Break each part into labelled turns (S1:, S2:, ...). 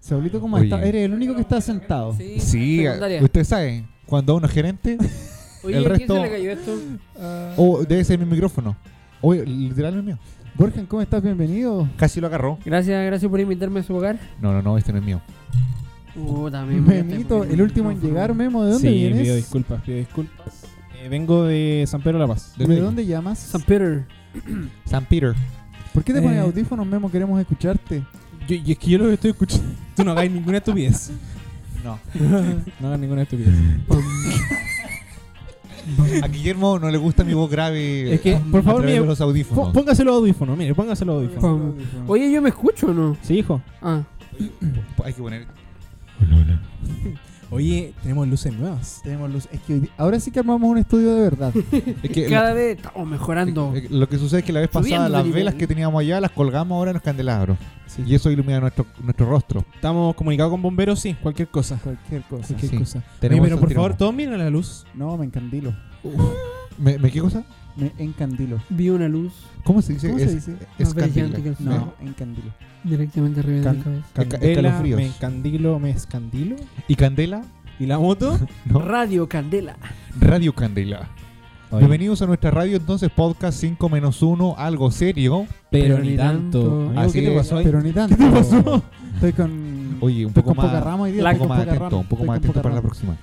S1: Saulito, ¿cómo
S2: Oye.
S1: estás? Eres el único que está sentado.
S3: Sí,
S2: Sí,
S3: secundaria.
S2: usted sabe, cuando a uno es gerente,
S3: Oye,
S2: el
S3: ¿a
S2: resto-
S3: quién se le cayó esto?
S2: oh, debe ser mi micrófono. Oye, literal el mío.
S1: Borgen, ¿cómo estás? Bienvenido.
S2: Casi lo agarró.
S3: Gracias, gracias por invitarme a su hogar.
S2: No, no, no, este no es mío.
S3: Uh, también me
S1: Memito,
S3: estoy
S1: el último en
S3: poniendo-
S1: llegar, Memo. ¿De dónde
S4: sí, pido
S1: vienes?
S4: disculpas, pido disculpas. Eh, vengo de San Pedro La Paz.
S1: ¿De dónde llamas?
S3: San Peter.
S2: San Peter.
S1: ¿Por qué te pones
S4: Eh.
S1: audífonos, Memo? Queremos escucharte.
S4: Yo, y es que yo lo que estoy escuchando. Tú no hagáis ninguna estupidez.
S2: No.
S4: No hagas ninguna estupidez.
S2: A Guillermo no le gusta mi voz grave. eh,
S4: Es que, por
S2: a
S4: favor,
S2: través
S4: mire,
S2: de los
S4: pó-
S2: audífonos.
S4: póngase los audífonos, mire, póngase los audífonos.
S3: Pam. Oye, ¿yo me escucho o no?
S4: Sí, hijo.
S3: Ah,
S2: Hay que poner.
S4: Oye, tenemos luces nuevas.
S1: Tenemos luz. Es que hoy di- ahora sí que armamos un estudio de verdad.
S2: Es que
S3: cada vez estamos mejorando.
S2: Eh, Lo que sucede es que la vez pasada
S3: Subiendo
S2: las
S3: el nivel.
S2: velas que teníamos allá las colgamos ahora en los candelabros. Y eso ilumina nuestro, nuestro rostro.
S4: Estamos comunicados con bomberos, sí, cualquier cosa.
S1: Cualquier cosa.
S4: Cualquier
S2: Sí.
S4: cosa. Oye,
S2: Tenemos
S4: pero por
S2: tiramos.
S4: favor, todos miren la luz.
S1: No, me encandilo.
S2: ¿Me, me qué cosa?
S1: Me encandilo.
S3: Vi una luz
S2: ¿Cómo se dice?
S1: ¿Cómo
S2: es,
S1: se dice?
S2: es
S3: Más brillante
S2: candila.
S3: que el sol.
S1: No, encandilo.
S3: directamente arriba de
S4: Cal-
S3: la cabeza.
S2: Esca-
S4: Candela,
S2: escalofríos.
S4: me encandilo, me escandilo.
S2: ¿Y Candela?
S4: ¿Y la moto?
S2: No.
S3: Radio Candela.
S2: Radio Candela. Bienvenidos a nuestra radio entonces, podcast 5 menos 1, algo serio.
S4: Pero ni tanto.
S2: Amigo, ¿qué te pasó
S1: Pero ni tanto. ¿Qué te pasó? Estoy con.
S2: Oye, un
S1: estoy
S2: poco
S1: con
S2: más,
S1: poca rama hoy día.
S2: un
S1: estoy
S2: poco
S1: con
S2: más
S1: poca
S2: atento,
S1: rama,
S2: un poco
S1: estoy con
S2: más atento
S1: poca
S2: para la
S1: rama.
S2: próxima.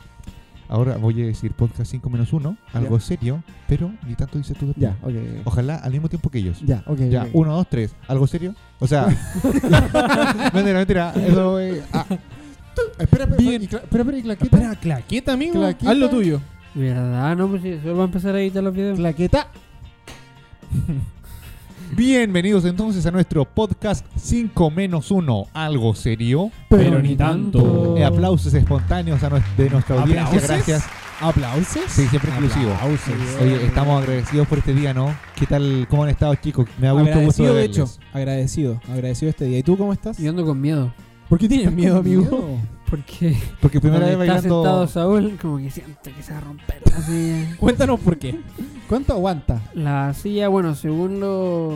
S2: Ahora voy a decir podcast 5 menos 1, algo
S1: Ya.
S2: serio, pero ni tanto dices tú.
S1: Ya, ok.
S2: Ojalá al mismo tiempo que ellos.
S1: Ya, ok.
S2: Ya,
S1: ok.
S2: uno, dos, tres. ¿Algo serio? O sea. mentira, mentira. Eso, eh, ah.
S1: Espera, espera,
S4: Bien.
S1: y cla- espera, espera, y claqueta.
S4: Espera, claqueta, amigo.
S1: Claqueta.
S4: Haz lo tuyo.
S3: ¿Verdad? No, pues sí, eso va a empezar a editar los videos.
S1: Claqueta.
S2: Bienvenidos entonces a nuestro podcast 5 menos 1. ¿Algo serio?
S4: Pero ni
S1: Oh.
S4: tanto.
S2: Eh, aplausos espontáneos a nues- de nuestra audiencia.
S4: ¿Aplausos?
S2: Gracias.
S4: ¿Aplausos?
S2: Sí, siempre exclusivo.
S4: Aplausos.
S2: Oye, estamos agradecidos por este día, ¿no? ¿Qué tal? ¿Cómo han estado, chicos? Me da mucho gusto
S4: Agradecido,
S2: de
S4: de hecho.
S2: verles.
S4: Agradecido. Agradecido este día. ¿Y tú cómo estás?
S3: Yo ando con miedo.
S4: ¿Por qué tienes miedo,
S1: con
S4: amigo?
S1: miedo?
S3: Porque
S2: Porque primera vez
S3: donde está sentado
S2: bailando.
S3: Saúl, como que siente que se va a romper la silla.
S4: Cuéntanos por qué.
S1: ¿Cuánto aguanta?
S3: La silla, bueno, según lo,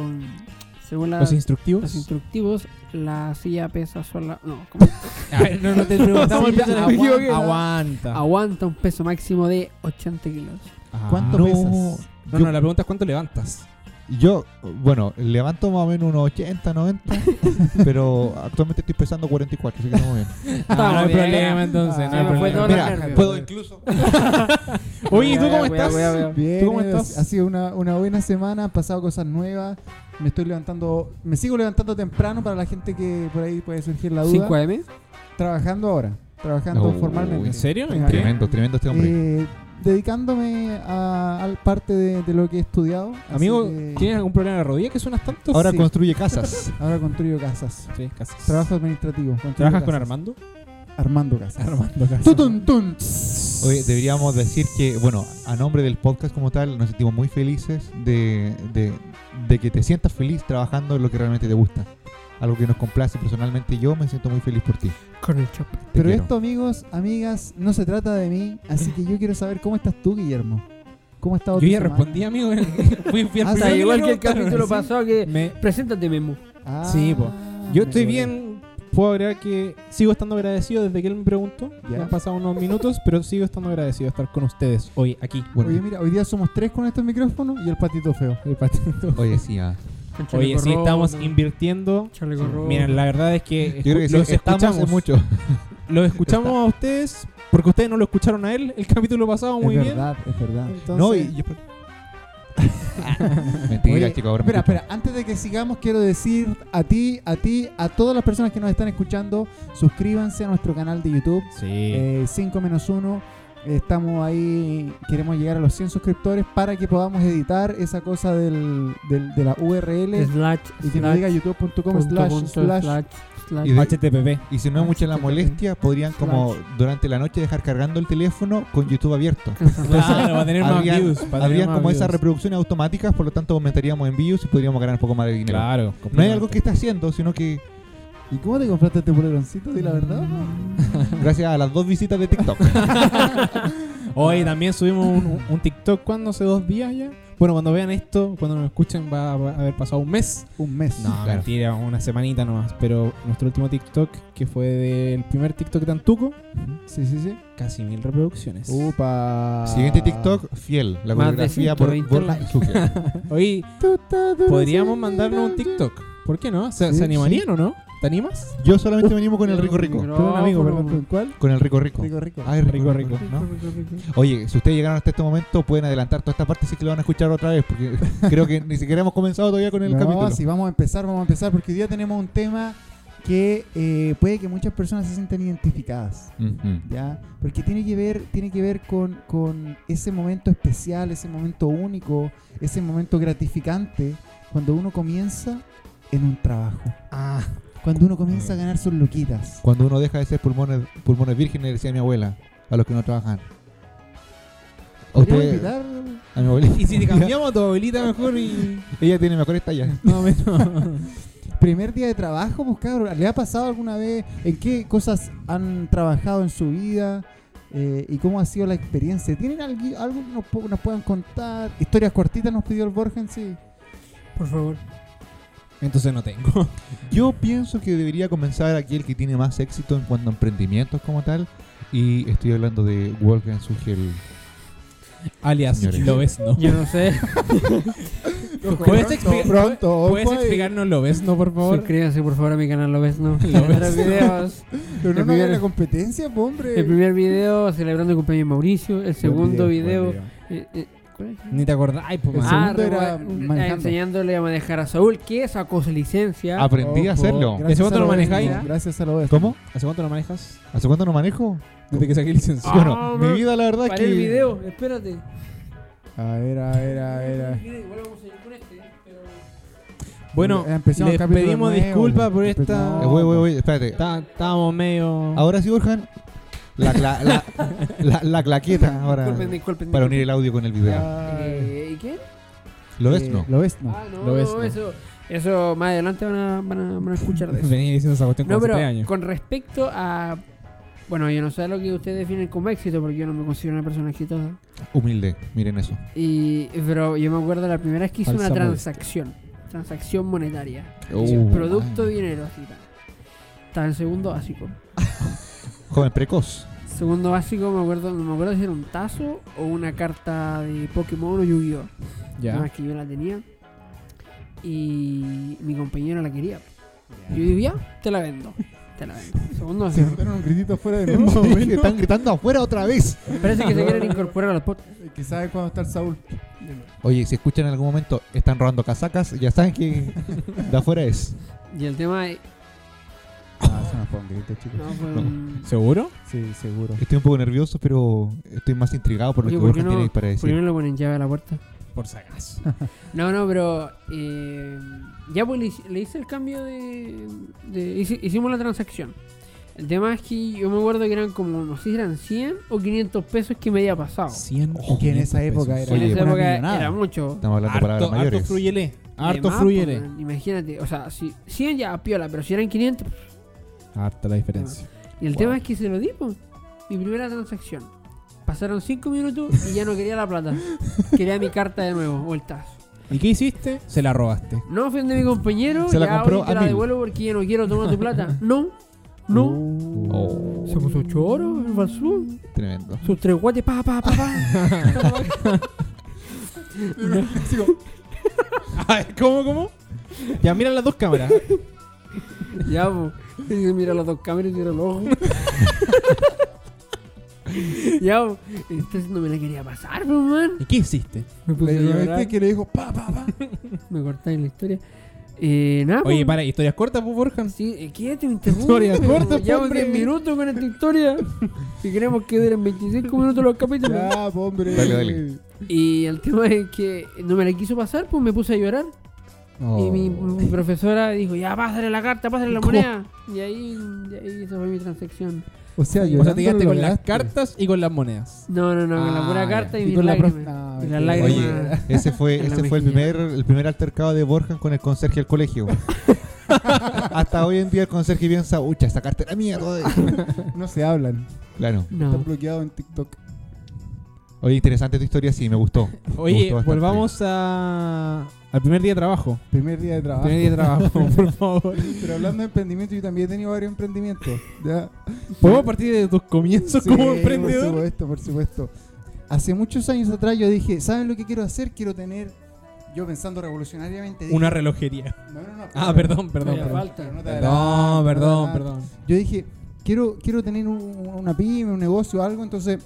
S3: según la-
S4: Los
S3: Ah, los
S4: instructivos.
S3: instructivos, la silla pesa sola. No, como-
S4: A ver, no, no te preguntamos.
S3: Sí,
S4: empieza
S3: ya,
S4: la-
S3: me equivoqué. Ah,
S4: Aguanta.
S3: aguanta un peso máximo de 80 kilos.
S4: Ah,
S1: ¿Cuánto
S2: no.
S1: pesas?
S4: No, no, la pregunta es cuánto levantas.
S2: Yo, bueno, levanto más o menos unos 80, 90. pero actualmente estoy pesando 44, así que estamos bien.
S3: Estamos
S4: no hay
S3: bien.
S4: problema entonces.
S1: Ah,
S4: no hay
S3: me fue
S4: problema.
S3: todo
S2: Mira,
S3: nervio.
S2: puedo incluso.
S4: Oye, ¿y tú
S3: Voy a-
S4: cómo
S3: voy a-
S4: estás?
S3: voy a- voy a-
S1: Bien,
S4: ¿Tú cómo estás?
S1: Ha sido una, una buena semana, han pasado cosas nuevas. Me estoy levantando, me sigo levantando temprano para la gente que por ahí puede surgir la duda.
S3: 5 AM.
S1: Trabajando ahora, trabajando
S2: No,
S1: formalmente.
S4: ¿En serio? ¿En
S1: Tremendo.
S4: qué?
S2: Tremendo, tremendo este hombre.
S1: Eh, dedicándome a, al parte de, de lo que he estudiado. así
S4: Amigo,
S1: que
S4: ¿tienes algún problema de rodilla que suenas tanto?
S2: Ahora
S1: sí.
S2: construye casas.
S1: ahora construyo casas.
S4: Sí, casi.
S1: Trabajo administrativo. construyo
S4: ¿Trabajas con
S1: casas.
S4: Armando?
S1: Armando casas.
S4: Armando Casas.
S1: Tutun, tun.
S2: Oye, deberíamos decir que, bueno, a
S4: ah,
S2: nombre del podcast como tal, nos sentimos muy felices de, de- de que te sientas feliz trabajando en lo que realmente te gusta. Algo que nos complace personalmente. Yo me siento muy feliz por ti.
S3: Con el chop.
S2: Te
S1: Pero
S2: quiero.
S1: esto, amigos, amigas, no se trata de mí, así que yo quiero saber cómo estás tú, Guillermo. ¿Cómo ha estado
S4: Yo
S1: tu
S4: ya
S1: semana?
S4: respondí, amigo. Fui, fui el
S1: Ah,
S4: primero
S1: está
S4: le
S3: igual que el
S4: preguntaron.
S3: capítulo
S4: Sí.
S3: pasado que...
S4: Me-
S3: Preséntate, Memo.
S1: Ah,
S4: Sí, po. Yo
S1: me
S4: estoy
S1: acordé.
S4: bien. Puedo agregar que sigo estando agradecido desde que él me preguntó.
S1: Ya.
S4: Ya. Han pasado unos minutos, pero sigo estando agradecido de estar con ustedes hoy aquí.
S2: Bueno,
S1: Oye, mira, hoy día somos tres con estos micrófonos y el patito feo.
S4: El patito.
S2: oye, sí, ah.
S3: Con chaleco
S4: Oye, sí,
S3: rojo,
S4: estamos
S3: con
S4: invirtiendo.
S3: Chaleco rojo.
S4: Miren, la verdad es que
S2: Yo creo que
S4: escu-
S2: sí,
S4: los
S2: escuchamos
S4: escuchamos
S2: mucho.
S4: Los escuchamos a ustedes porque ustedes no lo escucharon a él el capítulo pasado muy
S1: es
S4: bien.
S1: verdad, es verdad.
S4: Entonces,
S2: No, y- Mentira,
S1: Oye,
S2: chicos, ahora me
S1: Espera,
S2: escucho.
S1: espera, antes de que sigamos, quiero decir a ti, a ti, a todas las personas que nos están escuchando, suscríbanse a nuestro canal de YouTube,
S4: Sí.
S1: 5 Eh, menos 1. Estamos ahí, queremos llegar a los 100 suscriptores para que podamos editar esa cosa del, del- de la URL
S3: Slash,
S1: y que nos diga
S3: slash,
S1: youtube.com
S3: punto,
S1: slash
S3: punto,
S1: slash.
S3: slash.
S2: Y de-
S4: HTTP.
S2: Y si no es mucha la molestia, podrían como
S3: Slash.
S2: durante la noche dejar cargando el teléfono con YouTube abierto.
S4: Claro, va a tener más
S2: habrían-
S4: views. va a tener
S2: Habrían
S4: más
S2: como esas
S4: views.
S2: reproducciones automáticas, por lo tanto aumentaríamos envíos y podríamos ganar un poco más de dinero.
S4: Claro.
S2: No es algo que está haciendo, sino que
S1: ¿Y cómo te compraste este poleroncito? Di la verdad.
S2: Mm. gracias a las dos visitas de TikTok.
S4: Hoy también subimos un, un- un TikTok cuando hace dos días ya. Bueno, cuando vean esto, cuando nos escuchen, va a va a haber pasado un mes.
S1: Un mes.
S4: No,
S2: claro.
S4: mentira, una semanita nomás. Pero nuestro último TikTok, que fue del primer TikTok de Antuco,
S1: Sí, sí, sí.
S4: casi mil reproducciones.
S1: Upa.
S2: Siguiente TikTok, fiel. La
S3: Más de
S2: coreografía por
S3: 120
S2: por
S3: likes.
S2: Zucker.
S4: Oye, podríamos mandarnos un TikTok. ¿Por qué no? ¿Se,
S1: Sí,
S4: se animarían o no? ¿Te animas?
S2: Yo solamente me animo con el rico rico.
S1: Con un amigo, perdón.
S3: Micrófono.
S1: ¿Con cuál?
S2: Con el rico rico.
S1: Rico, rico.
S2: Ah, es rico rico,
S3: Rico,
S2: ¿no?
S3: rico, rico.
S2: Oye, si ustedes llegaron hasta este momento, pueden adelantar toda esta parte si es que lo van a escuchar otra vez, porque creo que ni siquiera hemos comenzado todavía con el
S1: no,
S2: capítulo.
S1: si vamos a empezar, vamos a empezar, porque hoy día tenemos un tema que eh, puede que muchas personas se sientan identificadas,
S2: Ujú.
S1: ¿ya? Porque tiene que ver, tiene que ver con, con ese momento especial, ese momento único, ese momento gratificante, cuando uno comienza en un trabajo,
S4: Ah,
S1: cuando uno comienza a ganar sus luquitas.
S2: Cuando uno deja de ser pulmones, pulmones vírgenes, decía mi abuela, a los que no trabajan. A
S1: ¿Podríamos
S2: usted-
S1: invitar?
S2: a mi abuelita.
S4: y si te cambiamos a tu abuelita mejor y.
S2: Ella tiene mejores tallas.
S4: No, menos.
S1: Primer día de trabajo, pues cabrón, ¿le ha pasado alguna vez? ¿En qué cosas han trabajado en su vida? Eh, ¿Y cómo ha sido la experiencia? ¿Tienen algo, algo que nos, pu- nos puedan contar? Historias cortitas nos pidió el Borgen, sí.
S3: Por favor.
S4: Entonces no tengo.
S2: Yo pienso que debería comenzar aquí el que tiene más éxito en cuanto a emprendimientos como tal. Y estoy hablando de Wolfgang Sugel.
S4: Alias,
S2: Señores.
S4: lo ves, ¿no?
S3: Yo no sé.
S4: ¿Puedes, expli-
S1: pronto,
S4: ¿puedes
S1: pues.
S4: explicarnos lo ves, no, por favor?
S3: Suscríbanse por favor a mi canal, lo ves, ¿no?
S4: Lo ves.
S3: Para videos.
S1: Pero no nos hagan
S3: El primer-
S1: la competencia, pues, hombre.
S3: El primer video celebrando el cumpleaños de Mauricio. El segundo video. eh, eh, ¿cuál es?
S4: Ni te acordás. Ay, pues,
S1: El
S4: man.
S3: Ah,
S1: segundo era
S3: remo-
S1: manejando.
S3: enseñándole a manejar a Saúl, que sacó su licencia.
S2: Aprendí a
S1: Ojo,
S2: hacerlo.
S1: Oh, gracias
S4: ¿Ese cuánto
S1: a
S4: lo
S1: Ovejo,
S4: manejáis?
S1: Gracias a lo Ovejo.
S2: ¿Cómo?
S4: ¿Hace cuánto lo manejas?
S2: ¿Hace cuánto no manejo?
S4: Desde que saqué licencia.
S3: Ah,
S2: Bueno, mi
S3: bro.
S2: vida la verdad es
S3: Para
S2: que...
S3: el video, espérate.
S1: A ver, a ver, a ver. a ver.
S3: Igual vamos a ir con este, pero.
S4: Bueno,
S1: Eh, empecemos
S4: les
S1: el capítulo
S4: pedimos
S1: nuevo,
S4: disculpas por
S1: empe-
S4: esta-
S2: Eh, Voy, voy, voy, espérate.
S4: Está- Estábamos medio.
S2: Ahora sí, Borjan. La, cla- la, la- la claqueta ahora.
S3: Disculpen, disculpen.
S2: Para unir el audio con el video.
S1: Ay,
S3: Eh, ¿Y qué?
S2: ¿Lo ves?
S1: Ah, eh,
S2: No.
S1: Lo ves, no.
S3: Ah, no,
S4: Lo ves,
S3: no,
S4: no.
S3: eso. Eso más adelante van a, van a, van a escuchar de eso.
S4: Venía diciendo esa cuestión
S3: No,
S4: como hace
S3: pero
S4: tres años.
S3: con respecto a. Bueno, yo no sé lo que ustedes definen como éxito, porque yo no me considero una persona exitosa.
S2: Humilde, miren eso.
S3: Y, pero yo me acuerdo la primera vez que hice
S4: Falsa
S3: una
S4: modestia.
S3: transacción. Transacción monetaria.
S2: Uh,
S3: producto,
S2: man.
S3: dinero, así tal. Estaba en segundo básico.
S2: Joven precoz.
S3: Segundo básico, me acuerdo, no me acuerdo si era un tazo o una carta de Pokémon o Yu-Gi-Oh! Nada más
S4: Ya.
S3: que yo la tenía. Y mi compañero la quería. Yo dije, ya, te la vendo. Te la vendo. Segundo
S1: Se
S3: básico.
S1: mandaron un gritito fuera de nuevo.
S2: que están gritando afuera otra vez.
S3: Parece que se quieren incorporar al podcast.
S1: que sabe cuándo está el Saúl.
S2: Oye, si escuchan en algún momento, están robando casacas, ya saben que de afuera es.
S3: Y el tema es.
S1: Ah, eso no fue un grito, chicos.
S3: No, pues. fue
S2: No.
S3: un-
S4: ¿Seguro?
S1: Sí, seguro.
S2: Estoy un poco nervioso, pero estoy más intrigado por lo
S3: Oye,
S2: que
S3: ¿por
S2: Borja
S3: qué
S2: tiene
S3: no,
S2: para
S3: ¿por qué
S2: decir.
S3: pues, no lo ponen llave a la puerta?
S4: Por si acaso.
S3: No, no, pero. eh, ya pues le, hice- le hice el cambio de. de- hice- hicimos la transacción. El tema es que yo me acuerdo que eran como, no sé si eran 100 o 500 pesos que me había pasado.
S4: 100
S1: Es que en esa época era
S3: en
S2: Oye,
S3: esa
S1: una
S3: época
S1: millonada.
S3: era mucho.
S2: Estamos hablando de palabras
S4: Harto, harto
S2: mayores.
S4: fruyele. Harto
S3: Además,
S4: fruyele.
S3: pues, Imagínate, o sea, si 100 ya piola, pero si eran 500.
S4: Harta la diferencia.
S3: Y el
S4: Wow.
S3: tema es que se lo di, pues. Mi primera transacción. Pasaron 5 minutos y ya no quería la plata. quería mi carta de nuevo, o el tazo.
S4: ¿Y qué hiciste? Se la robaste.
S3: No ofende a mi compañero,
S2: Se la
S3: ya
S2: compró
S3: ahorita
S2: a
S3: la
S2: mil.
S3: devuelvo porque ya no quiero tomar tu plata. No, no.
S2: Oh,
S3: Se puso choro, el basú.
S2: tremendo.
S3: Sus tres guates, pa, pa, pa, pa.
S4: Ay, ¿Cómo, cómo? Ya mira las dos cámaras.
S3: ya, po. Y dice, mira las dos cámaras y tira el ojo. ya, po. Entonces no me la quería pasar, po, man.
S4: ¿Y qué hiciste?
S3: Me
S1: Le
S3: puse a
S1: digo,
S3: llorar.
S1: ¿viste que le dijo pa, pa, pa?
S3: Me cortáis la historia. Eh, nada, po.
S4: Oye, para, historias cortas, pues, Borja.
S3: Sí, eh, quédate, me interrumpe.
S4: Historia
S3: po.
S4: corta,
S3: Llevamos
S4: hombre.
S3: 10 minutos con esta historia. Si queremos que duren 25 minutos los capítulos.
S1: Ya, po, hombre.
S2: Dale, dale.
S3: Y el tema es que no me la quiso pasar, pues me puse a llorar. Y mi,
S2: Oh.
S3: mi
S1: Oh.
S3: profesora dijo, ya pásale la carta, pásale la
S4: ¿Cómo?
S3: moneda. Y ahí, y ahí esa fue mi transacción.
S1: O sea, yo
S4: O sea, te quedaste con las cartas y con las monedas.
S3: No, no, no, con la
S4: Ah,
S3: pura
S4: ya.
S3: carta y,
S1: Y
S3: mis
S1: con la
S3: lágrimas.
S1: prof- No,
S3: Y las
S1: mentira.
S3: lágrimas.
S2: Oye, ese fue,
S3: En la
S2: ese fue el
S3: mejilla.
S2: primer, el primer altercado de Borjan con el conserje del colegio. Hasta hoy en día el conserje piensa, ucha, esta cartera mía. todavía".
S1: No se hablan.
S2: claro.
S3: No.
S1: Están bloqueados en TikTok.
S2: Oye, interesante tu historia, sí, me gustó. Me
S4: Oye,
S2: gustó bastante.
S4: volvamos a, al primer día de trabajo.
S1: Primer día de trabajo.
S4: Primer día de trabajo, por favor.
S1: Pero hablando de emprendimiento, yo también he tenido varios emprendimientos. ¿ya?
S4: ¿Podemos partir de tus comienzos
S1: Sí,
S4: como emprendedor?
S1: Por supuesto, por supuesto. Hace muchos años atrás yo dije, ¿saben lo que quiero hacer? Quiero tener, yo pensando revolucionariamente, dije,
S4: Una relojería.
S1: no, no, no,
S4: Ah, perdón, perdón,
S3: Ya,
S4: perdón.
S3: falta.
S1: Pero no te
S4: Perdón,
S1: adelantes,
S4: perdón,
S1: no te
S4: perdón.
S1: yo dije, quiero, quiero tener un- una pyme, un negocio, algo, entonces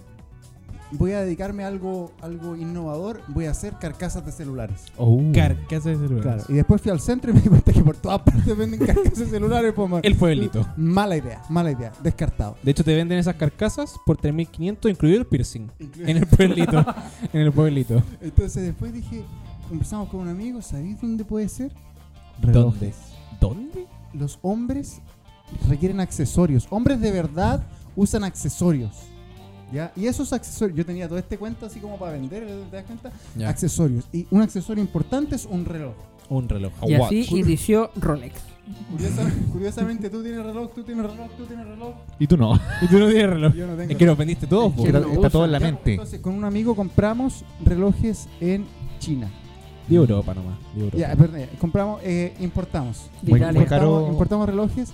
S1: voy a dedicarme a algo, algo innovador, voy a hacer carcasas de celulares.
S2: Oh.
S4: Carcasa de celulares.
S1: Claro. Y después fui al centro y me di cuenta que por todas partes venden carcasas de celulares, po, man.
S4: El pueblito.
S1: Mala idea, mala idea, descartado.
S4: De hecho, te venden esas carcasas por 3.500, incluido el piercing. En el pueblito. en el pueblito.
S1: Entonces después dije, conversamos con un amigo, ¿sabéis dónde puede ser?
S2: Relojes.
S4: ¿Dónde?
S1: Los hombres requieren accesorios. Hombres de verdad usan accesorios. ¿Ya? Y esos accesorios, yo tenía todo este cuento así como para vender, ¿te das cuenta?
S4: Ya.
S1: Accesorios. Y un accesorio importante es un reloj.
S4: Un reloj.
S3: Y
S2: What?
S3: así inició Rolex.
S1: Curiosa- curiosamente, tú tienes reloj, tú tienes reloj, tú tienes reloj.
S2: Y tú no.
S4: Y tú no tienes reloj.
S1: Yo no tengo
S4: Es que los vendiste todos,
S3: Es
S4: po.
S3: que
S2: Está,
S3: no
S2: está todo en la
S1: Ya,
S2: mente.
S1: Entonces, con un amigo compramos relojes en China.
S4: De Europa nomás. De Europa.
S1: Ya, perdón, ya, compramos, eh, importamos.
S3: De
S2: Muy-
S3: Italia.
S2: muy caro.
S1: Importamos, importamos relojes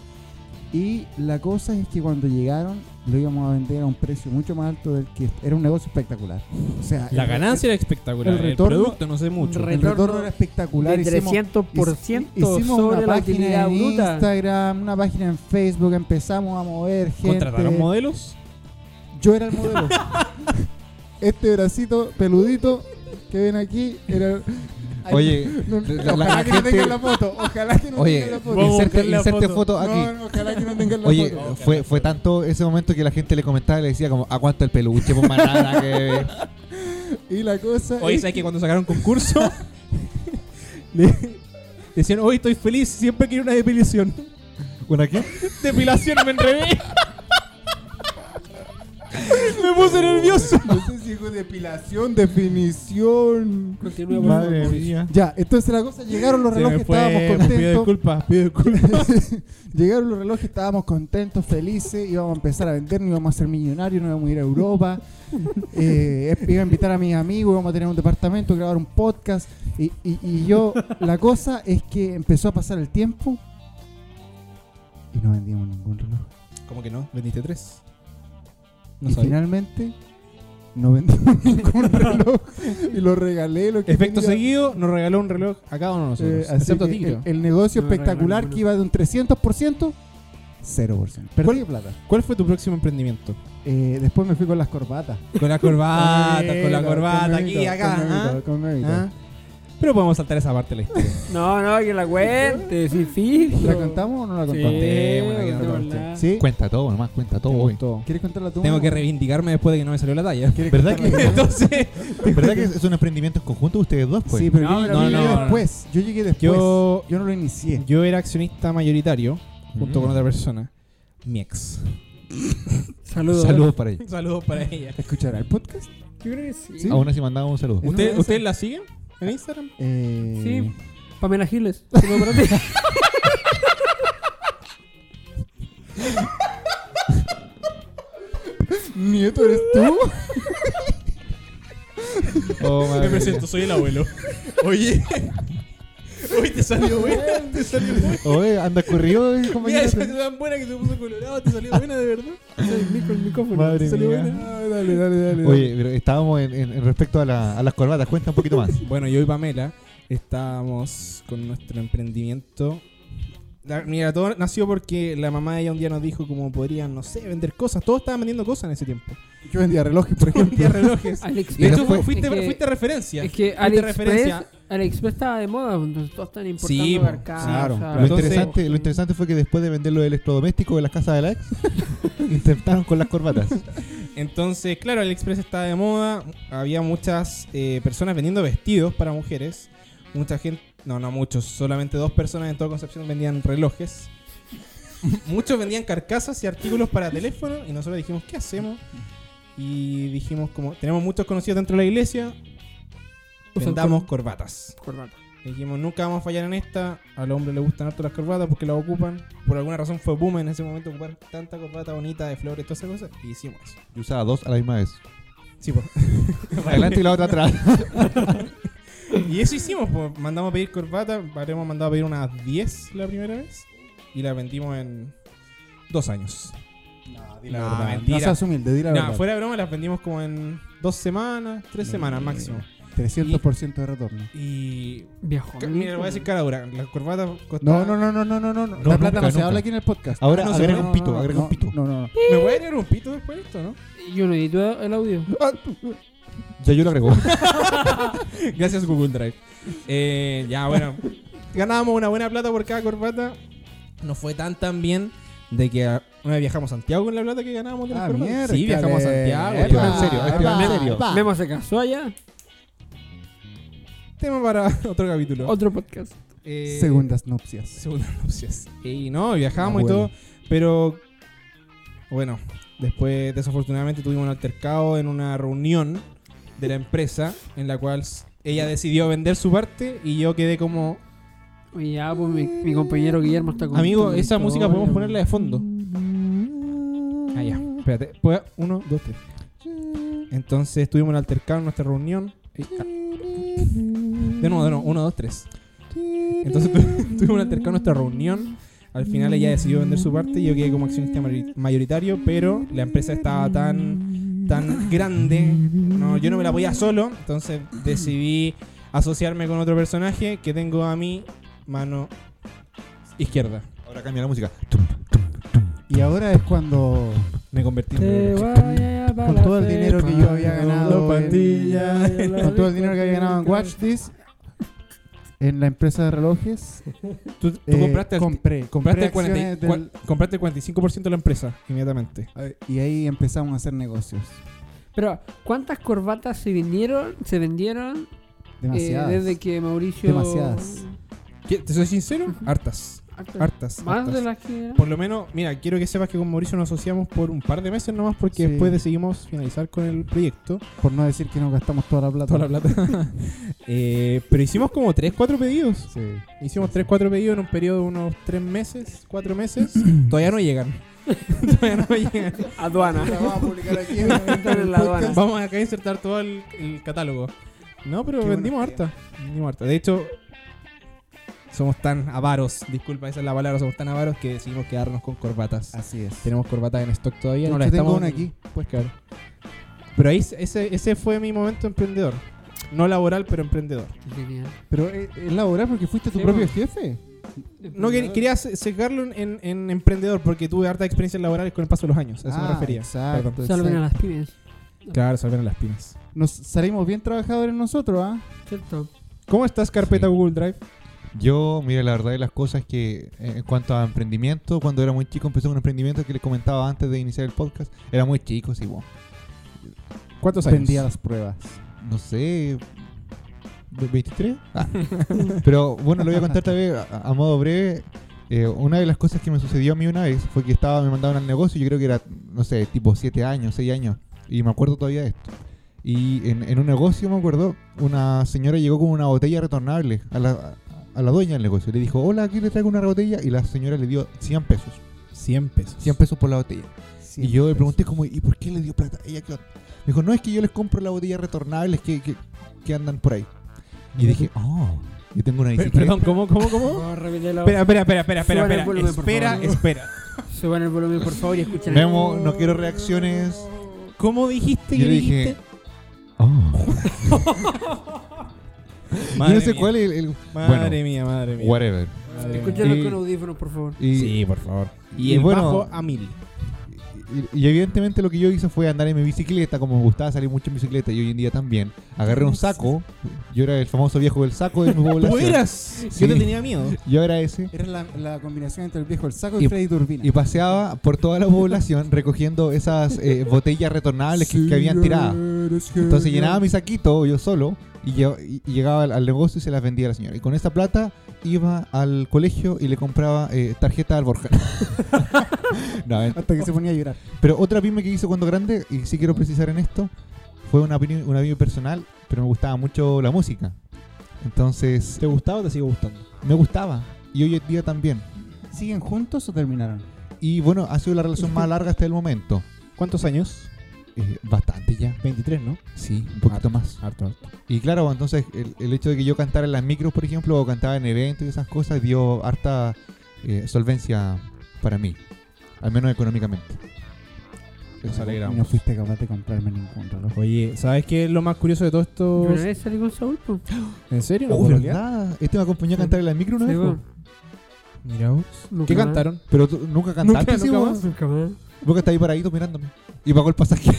S1: y la cosa es que cuando llegaron lo íbamos a vender a un precio mucho más alto del que era un negocio espectacular. O sea,
S4: La
S1: el-
S4: ganancia era espectacular.
S1: el
S4: El,
S1: retorno-
S4: producto no sé mucho.
S1: El retorno era espectacular.
S3: de
S1: Hicimos-
S3: 300%
S1: hicimos
S3: sobre
S1: una
S3: la
S1: página
S3: utilidad
S1: en
S3: bruta.
S1: Instagram, una página en Facebook, empezamos a mover gente.
S4: ¿Contrataron modelos?
S1: Yo era el modelo. este bracito peludito que ven aquí era. Ay,
S2: Oye,
S1: no,
S2: la-
S1: ojalá
S2: la
S1: que
S2: gente-
S1: no tengan la foto. Ojalá que no
S2: Oye,
S1: tengan la foto.
S4: Vamos a
S2: inserte,
S4: buscar la
S2: inserte
S4: foto.
S2: foto
S1: No,
S2: aquí.
S1: no, ojalá que no tengan la
S2: Oye,
S1: foto.
S2: fue, fue tanto ese momento que la gente le comentaba y le decía como, aguanta el peluche, pues más nada que ver".
S1: Y la cosa.
S4: Oye,
S1: es
S4: ¿sabes que cuando sacaron concurso? le- decían, hoy estoy feliz, siempre quiero una depilación.
S2: ¿Una qué?
S4: Depilación, me enredé. me puse nervioso.
S1: No sé si dijo depilación, definición.
S3: Continúa, por favor,
S2: Madre
S3: Mauricio.
S2: mía.
S1: Ya, entonces la cosa, llegaron los relojes, estábamos
S4: pues, Pido
S1: contentos.
S4: disculpas, pido disculpas.
S1: Llegaron los relojes, estábamos contentos, felices, íbamos a empezar a vender, nos íbamos a ser millonarios, nos íbamos a ir a Europa, eh, iba a invitar a mis amigos, íbamos a tener un departamento, grabar un podcast. Y, y- y yo, la cosa es que empezó a pasar el tiempo y no vendíamos ningún reloj.
S4: ¿Cómo que no? ¿Vendiste tres?
S1: y finalmente no vendimos ningún reloj y lo regalé. Lo que
S4: Efecto
S1: tenía.
S4: seguido, nos regaló un reloj a cada uno de
S1: Eh,
S4: nosotros.
S1: así
S4: excepto a
S1: que
S4: ti.
S1: el, el negocio
S3: No me
S1: espectacular
S3: regalan
S1: que iba de un 300%, 0%. Perdí plata.
S4: ¿Cuál fue tu próximo emprendimiento?
S1: Eh, después me fui con las corbatas. Eh,
S4: Con la corbata, Ah, con la
S1: Con
S4: corbata,
S1: nuevito,
S4: aquí,
S1: con nuevito,
S4: acá.
S1: con
S4: ¿ah?
S1: nuevito.
S4: ¿ah? Pero podemos saltar esa parte de la historia.
S3: pues. No, no, que la cuente, sin filtro.
S1: ¿La contamos o no la contamos?
S4: Contémosla, que no
S3: de
S4: la
S3: verdad.
S1: ¿Sí?
S2: Cuenta todo nomás, cuenta todo hoy.
S1: ¿Quieres contarla tú?
S4: Tengo
S1: Manu?
S4: que reivindicarme después de que no me salió la talla.
S1: ¿Quieres
S2: ¿Verdad
S1: contarla tú?
S4: Entonces,
S2: ¿Verdad que es un emprendimiento en conjunto de ustedes dos? Pues?
S1: Sí, pero
S3: No,
S1: yo,
S3: pero
S1: yo
S4: no,
S1: llegué
S4: no.
S1: después. Yo llegué después. Yo,
S4: yo,
S1: no lo inicié.
S4: yo era accionista mayoritario junto
S2: Mm.
S4: con otra persona. Mi ex.
S3: Saludos.
S2: Saludos para ellos.
S4: Saludos para ella.
S1: ¿Escuchará el podcast?
S3: Yo creo que sí.
S1: ¿Sí?
S2: Aún así mandamos un saludo.
S1: En una de
S4: ¿Usted,
S1: esas.
S4: ¿Ustedes la siguen en Instagram?
S1: Eh,
S3: Sí. Pamela Giles. saludo para ti.
S1: ¿Nieto eres tú?
S2: Oh, madre
S4: Me
S2: mía.
S4: presento, soy el abuelo. Oye. Oye, te salió buena, te salió buena.
S2: Oye, anda corrido, eh,
S4: Mira,
S2: compañero.
S4: esa es tan buena que se puso colorado, te salió buena de verdad.
S3: Con el micrófono.
S2: Madre
S4: salió
S2: mía.
S4: buena.
S1: Ah, dale, dale, dale.
S2: Oye, pero estábamos en, en- en respecto a, la- a las corbatas, cuenta un poquito más.
S4: Bueno, yo y Pamela estábamos con nuestro emprendimiento. La- Mira, todo nació porque la mamá de ella un día nos dijo como podrían, no sé, vender cosas. Todos estaban vendiendo cosas en ese tiempo.
S1: dale. yo vendía relojes, por
S4: Vendía
S1: ejemplo.
S4: relojes.
S3: Alex,
S4: De
S2: Pero
S4: hecho,
S2: fue-
S4: fuiste,
S3: es que-
S4: fuiste referencia.
S3: Es que
S4: Fuiste
S3: AliExpress,
S4: referencia.
S3: AliExpress estaba de moda, entonces todos están importando
S4: Sí, po,
S3: carcasas.
S4: claro.
S2: Lo,
S4: Entonces-
S2: interesante, lo interesante fue que después de vender los electrodomésticos de las casas de la ex, intentaron con las corbatas.
S4: Entonces, claro, AliExpress estaba de moda. Había muchas eh, personas vendiendo vestidos para mujeres. Mucha gente, no, no muchos, solamente dos personas en toda Concepción vendían relojes. Muchos vendían carcasas y artículos para teléfono. Y nosotros dijimos, ¿qué hacemos? Y dijimos, como tenemos muchos conocidos dentro de la iglesia,
S3: Usan
S4: vendamos
S3: cor-
S4: corbatas.
S3: corbata.
S4: Dijimos, nunca vamos a fallar en esta. A los hombres les gustan harto las corbatas porque las ocupan. Por alguna razón fue boom en ese momento ocupar tanta corbata bonita de flores, todas esas cosas. Y hicimos eso.
S2: Yo usaba dos a la misma vez.
S4: Sí, po.
S2: Adelante y la otra atrás.
S4: Y eso hicimos, po. mandamos a pedir corbata, habremos mandado a pedir unas 10 la primera vez y la vendimos en dos años.
S1: No,
S4: di la verdad. Mentira.
S1: No seas humilde, di la
S4: Nah,
S1: verdad. Mm.
S4: fuera de broma las vendimos como en dos semanas, tres semanas máximo.
S1: 300% de retorno.
S4: Y...
S3: Viajó.
S4: ca- Mira, le voy a decir cara dura, las corbatas
S1: No,
S4: costaban...
S1: no, no, no, no, no, no. no.
S2: No,
S1: la plata
S2: nunca,
S1: no se
S2: nunca.
S1: habla aquí en el podcast.
S2: Ahora
S1: no,
S2: agrega
S1: no,
S2: un pito,
S1: no,
S2: agrega
S1: no,
S2: un pito.
S1: No, no, no.
S4: ¿Me voy a tirar un pito después de esto, no?
S3: Yo no edito el audio.
S2: Ya yo lo agregó.
S4: Gracias Google Drive. Eh, ya, bueno. Ganábamos una buena plata por cada corbata. No fue tan tan bien de que ah, una vez viajamos a Santiago con la plata que ganábamos de las
S1: Ah,
S4: corbatas.
S1: mierda.
S4: Sí, viajamos a Santiago.
S2: Epa,
S4: ya.
S2: en serio, epa, en serio.
S4: Ah.
S1: epa.
S3: Memo se casó allá.
S4: Tema para otro capítulo.
S3: Otro podcast.
S4: Eh,
S1: Segundas nupcias.
S4: Segundas nupcias. Y no, viajábamos y
S1: Abuelo.
S4: todo. Pero bueno, después desafortunadamente tuvimos un altercado en una reunión de la empresa en la cual s- ella decidió vender su parte y yo quedé como
S3: Oye, ya, pues mi, mi compañero Guillermo está con
S4: Amigo,
S3: con
S4: esa
S3: historia,
S4: música podemos
S3: weón.
S4: ponerla de fondo.
S1: mm.
S4: Ah, ya. Espérate. Pues, uno, dos, tres. Entonces tuvimos un altercado en nuestra reunión. Y- ah. De nuevo, de nuevo. Uno, dos, tres. Entonces tu- tuvimos un altercado en nuestra reunión. Al final ella decidió vender su parte y yo quedé como accionista mari- mayoritario, pero la empresa estaba tan, tan grande. No, yo no me la podía solo. Entonces decidí asociarme con otro personaje que tengo a mi mano izquierda.
S2: Ahora cambia la música.
S1: Y ahora es cuando,
S4: Me convertí en
S3: Te vaya pa'
S1: Con
S3: la
S1: todo el dinero que yo había
S3: pepa,
S1: ganado
S3: la
S1: en-
S3: pandilla, en la
S1: con todo el dinero que había ganado en
S3: discoteca.
S1: Watch This, en la empresa de relojes,
S4: Tú, tú
S1: eh,
S4: compraste el,
S1: compré,
S4: compraste,
S1: compré
S4: el 40 y-
S1: acciones del-
S4: cua- compraste el 45% de la empresa inmediatamente.
S1: A ver, y ahí empezamos a hacer negocios.
S3: Pero, ¿cuántas corbatas se vendieron, se vendieron eh,
S1: Demasiadas.
S3: desde que Mauricio.
S1: Demasiadas.
S4: ¿Qué- ¿Te soy sincero? Hartas.
S3: Hartas.
S4: Hartas.
S3: Más
S4: hartas.
S3: de las que. eran.
S4: Por lo menos, mira, quiero que sepas que con Mauricio nos asociamos por un par de meses nomás
S1: Sí.
S4: porque después decidimos finalizar con el proyecto.
S1: Por no decir que nos gastamos toda la plata.
S4: Toda la plata. Eh, pero hicimos como 3, 4 pedidos.
S1: Sí.
S4: Hicimos 3, 4 pedidos en un periodo de unos 3 meses, 4 meses. Todavía no llegan. Todavía no llegan.
S3: Aduana.
S1: vamos a publicar aquí
S3: Están en la aduana.
S4: Vamos acá a insertar todo el, el catálogo. No, pero
S1: Qué
S4: vendimos
S1: buena
S4: harta. Vendimos harta. De hecho, somos tan avaros. Disculpa, esa es la palabra. Somos tan avaros que decidimos quedarnos con corbatas.
S1: Así es.
S4: Tenemos corbatas en stock todavía.
S1: De
S4: No la
S1: hecho, tengo
S4: estamos.
S1: una aquí.
S4: Pues claro. Pero ahí se- ese, ese fue mi momento emprendedor. No laboral, pero emprendedor.
S3: Genial.
S1: Pero eh, es laboral porque fuiste tu
S3: Sí,
S1: propio
S3: bueno.
S1: jefe.
S4: No quer- quería se- secarlo en, en- en emprendedor porque tuve harta experiencias laborales con el paso de los años. A eso me
S1: Ah,
S4: refería.
S1: Exacto,
S4: Perdón.
S3: Salven a
S1: exacto.
S3: las pibes.
S4: Claro, salven a las pinas.
S1: Nos salimos bien trabajadores nosotros, ¿ah?
S3: ¿Cierto?
S4: ¿Cómo estás, carpeta
S2: Sí.
S4: Google Drive?
S2: Yo, mira, la verdad de las cosas que eh, en cuanto a emprendimiento, cuando era muy chico empecé con un emprendimiento que les comentaba antes de iniciar el podcast. Era muy chico, sí, bueno,
S4: ¿Cuántos años?
S1: Vendía las pruebas.
S2: no sé, ve- 23. Ah. Pero bueno, lo voy a contar tal vez a, a modo breve. Eh, una de las cosas que me sucedió a mí una vez fue que estaba, me mandaron al negocio, yo creo que era, no sé, tipo 7 años, 6 años, y me acuerdo todavía de esto. Y en, en un negocio, me acuerdo, una señora llegó con una botella retornable a la, a la dueña del negocio. Le dijo, hola, aquí le traigo una botella, y la señora le dio 100 pesos.
S4: 100 pesos.
S2: 100 pesos por la botella. Y yo le
S1: Siempre.
S2: pregunté como, ¿y por qué le dio plata? Ella qué onda? Me dijo, no, es que yo les compro las botellas retornables que, que, que andan por ahí. Y
S4: Mira
S2: dije, oh, yo tengo una
S4: Pe-
S2: bicicleta.
S4: Perdón, ¿cómo, cómo, cómo?
S3: Vamos a repetir la
S4: Espera, espera, espera, espera, espera,
S3: Suban el
S4: espera,
S3: volumen, por
S4: espera,
S3: favor.
S4: espera.
S3: Suban el volumen, por favor, y escuchen. el-
S2: Memo, no quiero reacciones.
S4: ¿Cómo dijiste
S2: Yo
S4: que
S2: le dije,
S4: dijiste?
S2: oh.
S4: Madre
S2: yo no sé
S4: mía.
S2: cuál es el, el-
S4: Madre
S2: bueno,
S4: mía, madre mía.
S2: whatever.
S4: Madre mía.
S3: Escúchenlo
S2: Y-
S3: con audífonos, por favor.
S2: Y,
S4: Sí, por favor. Y,
S2: y
S4: el
S2: bueno,
S4: bajo a mil.
S2: y- y evidentemente lo que yo hice fue andar en mi bicicleta, como me gustaba salir mucho en bicicleta y hoy en día también. Agarré un saco, yo era el famoso viejo del saco de mi
S4: ¿Tú
S2: población.
S4: eras? Yo te
S2: Sí.
S4: tenía miedo.
S2: Yo era ese.
S1: Era la, la combinación entre el viejo El Saco y,
S2: Y-
S1: Freddy Turbina.
S2: Y paseaba por toda la población recogiendo esas eh, botellas retornables que, que habían tirado. Entonces llenaba mi saquito yo solo y, lle- y llegaba al, al negocio y se las vendía a la señora. Y con esa plata iba al colegio y le compraba eh, tarjeta al Borja. No, ent-
S1: Hasta que se ponía a llorar.
S2: pero otra pyme que hizo cuando grande, y sí quiero precisar en esto, fue una, pyme- una pyme personal, pero me gustaba mucho la música. Entonces
S4: ¿Te gustaba o te sigue gustando?
S2: me gustaba y hoy en día también.
S1: ¿Siguen juntos o terminaron?
S2: Y bueno, ha sido la relación más larga hasta el momento.
S4: ¿Cuántos años?
S2: eh, bastante ya.
S1: 23, ¿no?
S2: Sí, un poquito más.
S1: Harto, harto.
S2: Y claro, entonces el, el hecho de que yo cantara en las micros, por ejemplo, o cantaba en eventos y esas cosas, dio harta eh, solvencia para mí, al menos económicamente.
S4: Nos
S1: Y
S4: alegramos.
S1: no fuiste capaz de comprarme ningún reloj.
S4: Oye, ¿sabes qué es lo más curioso de todo
S3: Yo
S4: esto?
S3: una vez salí con Saúl, pues.
S4: ¿En serio?
S2: Oh,
S4: ¿Pololear?
S2: ¿verdad? Este me acompañó a
S3: Sí.
S2: cantar en las micro una
S3: Sí,
S2: vez.
S3: po.
S2: po.
S4: Mira vos.
S3: Nunca
S4: ¿Qué
S3: más.
S4: cantaron?
S2: Pero tú nunca cantaste,
S4: Nunca,
S2: sí,
S4: nunca
S2: vos.
S4: más.
S3: Nunca más.
S2: Vos que estás ahí paradito mirándome. Y pagó el pasaje.